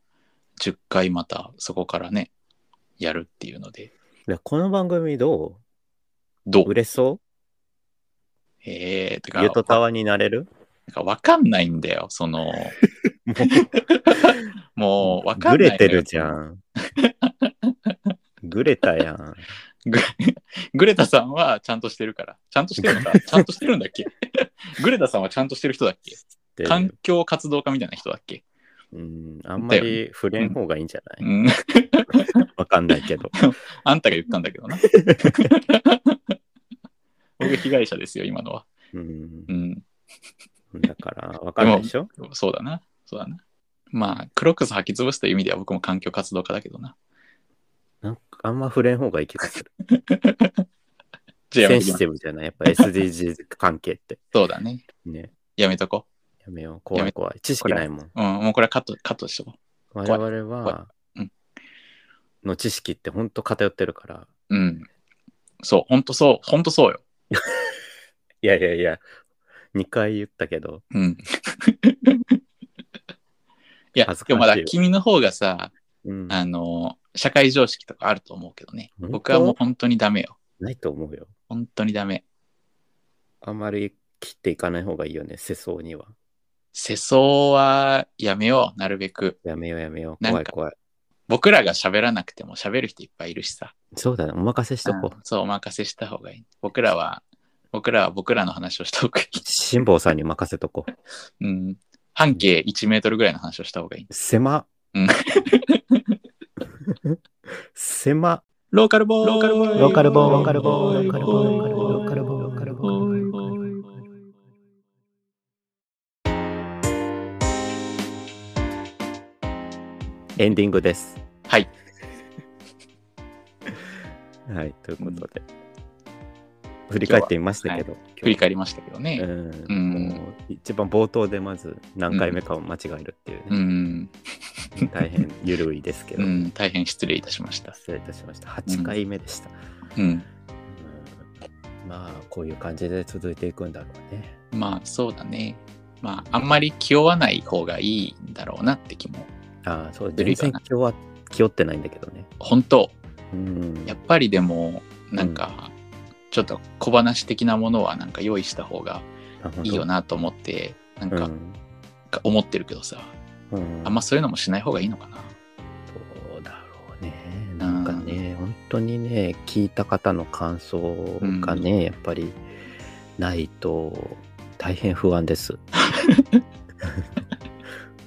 B: 10回またそこからね、やるっていうので、
A: いやこの番組ど
B: ど
A: う
B: う
A: 売れそう
B: ええー、てか、
A: ゆとた
B: わ
A: わになれる
B: なんかわかんないんだよ。その、
A: も
B: もうわかんな
A: ぐ
B: いのよ。
A: れてるじゃ ん。ぐれたやん。
B: ググレタさんはちゃんとしてるから。ちゃんとしてるの かちゃんとしてるんだっけグレタさんはちゃんとしてる人だっけ
A: で
B: 環境活動家みたいな人だっけ
A: うん、あんまり触れん方がいいんじゃ
B: う
A: ない
B: ん。
A: わかんないけ ど。
B: あんたが言ったんだけ どな。僕被害者ですよ、今のは。
A: うん
B: う、ん。
A: だから、わかんないでしょ
B: そうだな。そうだな。まあ、クロックス吐き潰すという意味では僕も環境活動家だけどな。
A: なんかあんま触れん方がいい気がする。
B: じゃあ
A: セ
B: やめ
A: ンシ
B: ときます
A: ティブじゃないやっぱ SDGs 関係って。
B: そうだね。
A: ね。
B: やめとこ
A: やめよう。怖い怖い。知識ないもん。
B: う。うん、もうこれはカット、カットしとこ
A: 我
B: い
A: 々は
B: 怖いうん、
A: の知識ってほんと偏ってるから。
B: う。うん。そう、ほんとそう、ほんとそうよ。
A: いやいやいや、2回言ったけど。
B: うん。 いや
A: 恥ずかしい、
B: で
A: よ
B: もまだ君の方がさ、
A: うん。
B: あの、社会常識とかあると思うけどね。
A: 本当
B: 僕はもう本当にダメよ。
A: ないと思うよ。
B: 本当にダメ。
A: あんまり切っていかない方がいいよね、世相には。
B: 世相はやめよう、なるべく。
A: やめようやめよう。
B: なん
A: 怖い
B: か
A: 怖い。
B: 僕らが喋らなくても喋る人いっぱいいるしさ。
A: そうだね、お任せしとこ
B: う
A: う。
B: んそう、お任せした方がいい。僕らは、僕らは僕らの話をした方がい
A: 辛坊さんに任せとこう。
B: い。うん。半径1メートルぐらいの話をした方がいい。
A: 狭っ
B: うん
A: 狭っ
B: ローカルボーイローカルボー
A: イローカルボーイローカルボ
C: ーイローカルボーイ
A: ローカルボーイローカルボーイローカルボーイエンディングです。
B: はい。
A: はい、ということで。振り返ってみましたけど。
B: 振り返りましたけどね。
A: う
B: うんん
A: もう一番冒頭でまず何回目かを間違えるっていう
B: う
A: ね、
B: ん。
A: 大変ゆるいですけ
B: う
A: ど、
B: ん。大変失礼いたしました。
A: 失礼いたしました8回目でした、
B: うん。
A: うんまあこういう感じで続いていくんだろうね
B: まあ、そうだね。まあ、あんまり気負わない方がいいんだろうなって気も。
A: ああそう
B: ゆる
A: 全
B: い
A: 然
B: かな
A: 気負わ気負ってないんだけどね
B: 本当、
A: うん
B: やっぱりでも、なんか、ちょっと小話的なものはなんか用意した方がいいよ
A: な
B: なと思って、なん
A: う
B: か
A: ん、
B: 思ってるけどさ、
A: うん
B: あんまそういうのもしない方がいいのかな。
A: そうだろうねなんかね、本当にね聞いた方の感想がね、やっぱりないと大変不安です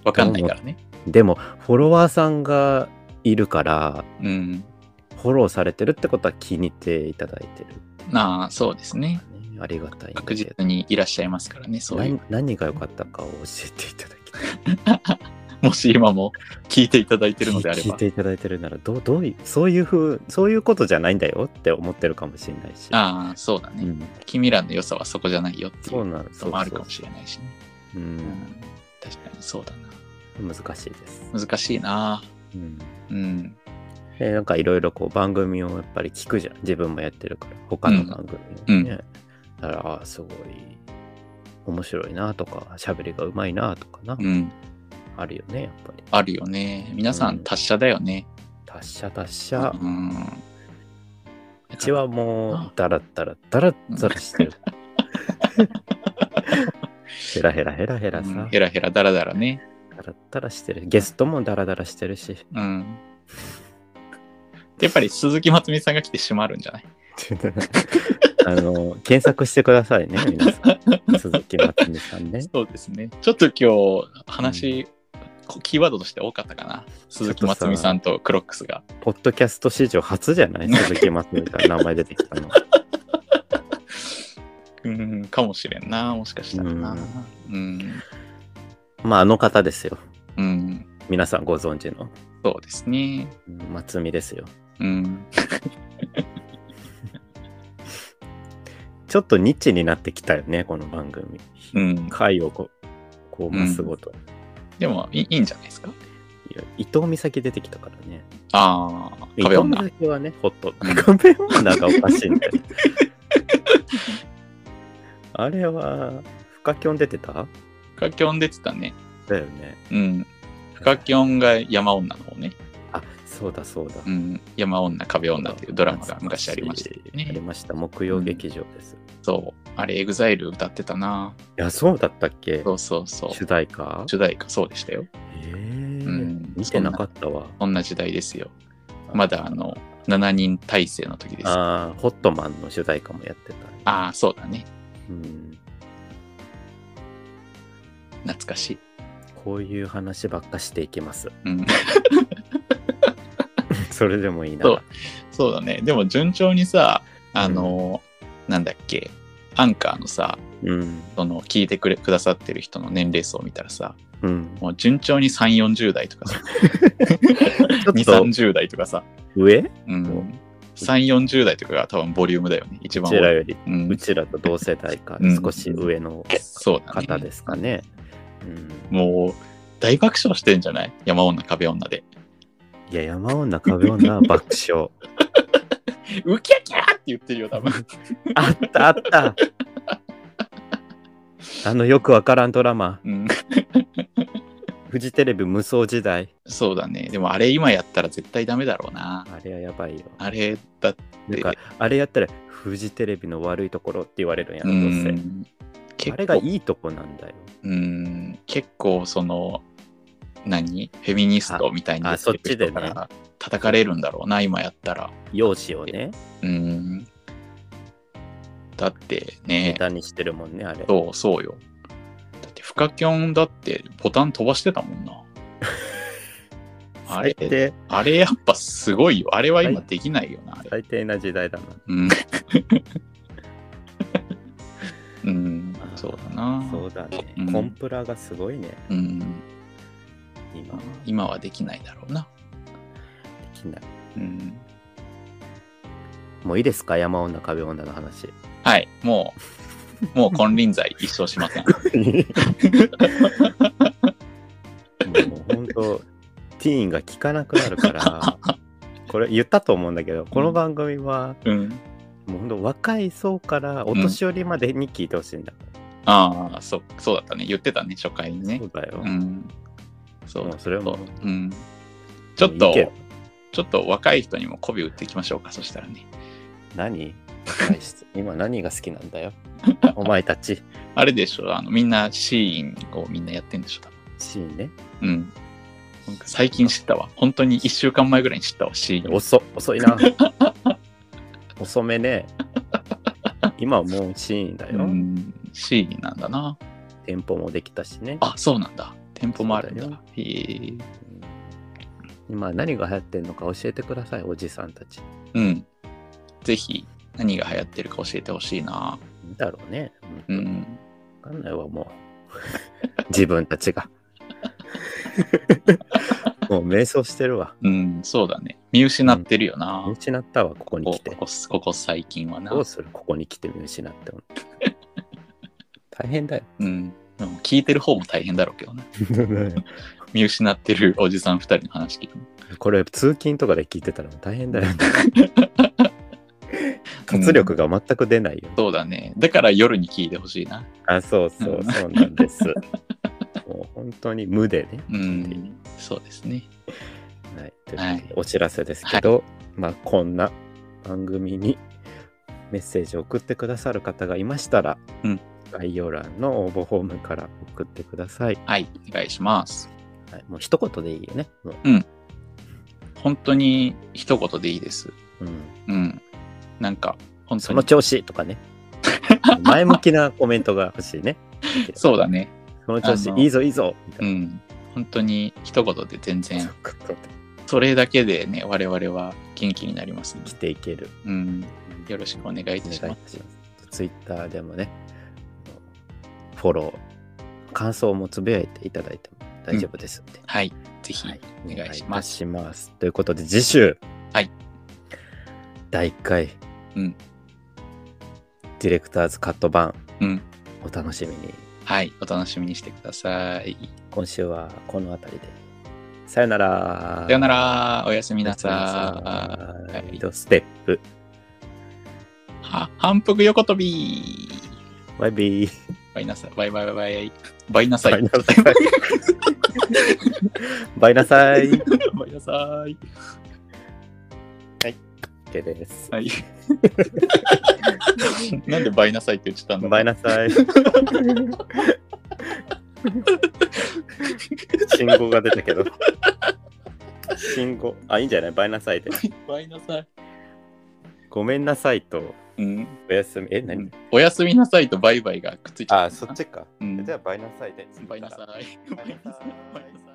B: わかんないからね。
A: でもフォロワーさんがいるから
B: うん。
A: フォローされてるってことは気に入っていただいてる、
B: まあ、そうですね。
A: ありがたいんだ
B: 確
A: けど
B: 実にいらっしゃいますからね、そういう。
A: 何何が良かったかを教えていただきたい
B: もし今も聞いていただいてるのであれ
A: 聞い
B: ば
A: て。いただいてるならどうどういうそういうふうそういうことじゃないんだよって思ってるかもしれないし
B: ああ、そうだね。
A: うん、
B: 君らの良さはそこじゃないよってい
A: そう
B: う
A: なんです
B: のもあるかもしれないしね。
A: う、
B: うんん、確かにそうだな。
A: 難しいです、
B: 難しいな。
A: うん
B: うん。
A: でなんかいろいろこう番組をやっぱり聞くじゃん自分もやってるから他の番組をね、だからあーすごい面白いなとか喋りがうまいなとかな、
B: うん。
A: あるよねやっぱり
B: あるよね。皆さ
A: うん
B: ん達者だよね。
A: 達者達
B: う
A: 者
B: ん。
A: うちはもうダラダラダラダラしてるヘラヘラヘラヘ
B: う
A: ラさ、
B: んヘラヘラだらだらね。
A: ダラダラしてるゲストもダラダラしてるし
B: うん。やっぱり鈴木まつみさんが来てしまるんじゃない
A: あの検索してくださいね皆さ ん鈴木まつみさんね
B: そうですね。ちょっと今日話、こキーワードとして多かったかな。鈴木まつみさんとクロックスが。
A: ポッドキャスト史上初じゃ ない鈴木まつみから名前出てきたの。
B: うん、かもしれんな。もしかしたらな。うん。
A: まあ、あの方ですよ。
B: うん。
A: 皆さんご存知の。
B: そうですね。
A: うんまつみですよ。
B: うん。
A: ちょっとニッチになってきたよね、この番組。
B: うん、
A: 回をこう、こう、増すごとに。
B: でもいいいいんじゃないですか
A: いや伊藤美咲出てきたからね。
B: ああ、
A: 伊
B: 壁
A: 藤美
B: 女。
A: 咲はね、ホット。壁女がおかしいん だよ。あれは、フカキョン出てた
B: フカキョン出てたね。
A: だよね。
B: うん。フカキョンが山女の方ね。
A: あ、そうだそうだ。
B: うん。山女、壁女というドラマが昔ありましたよ
A: あり
B: ね。
A: ました。木曜劇場です。
B: そう。あれ、エグザイル歌ってたな。
A: いや、そうだったっけ
B: そうそうそう。
A: 主題歌
B: 主題歌、そうでしたよ。
A: ええ
B: うん
A: 見てなかったわ。
B: そんな時代ですよ。まだ、あの、7人体制の時です。あ
A: ああ、ホットマンの主題歌もやってた。
B: あー、そうだね。
A: うん、
B: 懐かしい。
A: こういう話ばっかしていきます。
B: うん。
A: それでもいいな。
B: そうそうだね。でも、順調にさ、あの、なんだっけ、アンカーのさ、
A: うん。
B: その聞いてくれくださってる人の年齢層を見たらさ
A: うん。
B: もう順調に3 4 0代と かさ
A: ちょ
B: 2
A: っ
B: 3
A: と
B: 0代とかさ、
A: 上
B: うん
A: そう
B: 3 4 0代とかが多分ボリュームだよね一
A: う
B: 番
A: ちら
B: 多い、
A: より、
B: うん
A: うちらと同世代か
B: うん、
A: 少し上の
B: そうだね
A: 方ですかね。うん、
B: もう大爆笑してんじゃない山女壁女で
A: いや、山女、壁女 は爆笑。
B: ウキャキャーって言ってるよ 多分
A: あったあったあのよくわからんドラマ。
B: うん
A: フジテレビ無双時代。
B: そうだね。でもあれ今やったら絶対ダメだろうな。
A: あれはやばいよ。
B: あれだって。
A: なんか、あれやったら、フジテレビの悪いところって言われるんやろ、
B: う
A: どうせ。
B: ん。結
A: あれが
B: 構、
A: いいとこなんだよ。
B: うん。結構その、何フェミニストみたいに
A: ああそっちでね
B: から叩かれるんだろうな、今やったら。
A: 容姿をね、
B: うん。だって
A: ネ
B: ね、
A: タにしてるもんね、あれ。
B: そう、そうよ。だって、フカキョンだってボタン飛ばしてたも んな。あれ
A: 最、低、
B: あれやっぱすごいよ。あれは今できないよな、あれ。
A: 最低な時代だな。
B: うん。うん、そうだな。
A: そうだね、
B: うん
A: コンプラがすごいね、
B: うん、
A: 今はで
B: 今はできないだろうな。
A: きない。
B: うん、
A: もういいですか、山女、壁女の話。
B: はい、もう、もう金輪際一生しま せん。
A: もう本当、ティーンが聞かなくなるから、これ言ったと思うんだけど、この番組は、
B: うん、
A: もう本当、若い層からお年寄りまでに聞いてほしいんだか
B: ああ、そう、そうだったね。言ってたね、初回に
A: ら。
B: ね
A: そ。うだよ。
B: うん。そう
A: も
B: だ
A: うそれはもう
B: うん、ちょっと
A: いいけど
B: ちょっと若い人にも媚び売っていきましょうかそしたらね
A: 何 今何が好きなんだよ。お前たち。
B: あれでしょあのみんなシーンをみんなやってんでしょ多
A: シーンね。
B: 分うんなんか最近知ったわ本当に1週間前ぐらいに知ったわシーンを
A: 遅遅いな。遅めね。今はもうシーンだ
B: う
A: よ。
B: んシーンなんだな
A: テンポもできたしね。
B: あそうなんだ店舗もあるんだ
A: そうだよ
B: へえ
A: 今何が流行ってんのか教えてください、おじさんたち。
B: うんぜひ何が流行ってるか教えてほしいない
A: いだろうね。
B: う
A: わ
B: ん
A: かんないわ、もう。 自分た ちが。もう迷走してるわ。
B: うんそうだね見失ってるよな、
A: 見失ったわ、ここに
B: こ
A: 来
B: こ
A: て。
B: こここ最近はな
A: どうするここに来て見失って。 大変だよ。
B: うんでも聞いてる方も大変だろうけどな見失ってるおじさん2人の話聞いても
A: これ、通勤とかで聞いてたら大変 だよ、活力が全く出ないよ。
B: そうだねだから夜に聞いてほしいな
A: あ、そうそうう、
B: ん
A: そうなんです。もう本当に無でね。
B: うんそうですね
A: はい、ということで
B: はい
A: お知らせですけど、まあ、こんな番組にメッセージを送ってくださる方がいましたら、
B: うん
A: 概要欄の応募フォームから送ってください。
B: はいお願いします
A: はい、もう一言でいいよね。も
B: 本当に一言でいいです
A: ううん、
B: うんなんか本当
A: その
B: に
A: 調子とか ね。前向きなコメントが欲しいね。
B: そうだね
A: その調
B: あ
A: 子、
B: の
A: いいぞいいぞみた
B: う
A: い
B: ん本当に一言で全然
A: な。そう
B: それだけでね我々は元気になりますので
A: 来ていける。
B: うんよろしくお願いい
A: お
B: た
A: 願い
B: し
A: しま。
B: ます
A: ツイッターでもね、フォロー、感想もつぶやいていただいても大丈夫ですんで。
B: はいぜひ
A: はい
B: お願いし
A: お
B: ま
A: 願い
B: す
A: しますということで、次週。
B: はい。
A: 第1回。
B: うん
A: ディレクターズカット版。
B: うん
A: お楽しみに。
B: はいお楽しみにしてください
A: 今週はこの辺りで。さよなら。
B: さよならおやすみ
A: おや
B: な
A: すみな
B: さ
A: さ
B: い
A: い。ドステップ。
B: は反復横跳び
A: バイビー。
B: バイなさい。バイバイバイバイ。バイなさい。
A: バイなさい。バイなさい。
B: バイなさい。
A: OK です。
B: はい。なんでバイなさいって言ってたんだ
A: バイなさ い。信号が出たけど。信号。あ、いいんじゃないバイなさいで。
B: バイなさい。
A: ごめんなさいと、
B: うん。
A: おやすみ。え、何
B: おやすみなさいとバイバイがくっついちゃった。
A: あ、そっちか。
B: うん
A: じゃあ、バイなさいで。
B: バイなさい。バイなさい。バイなさい。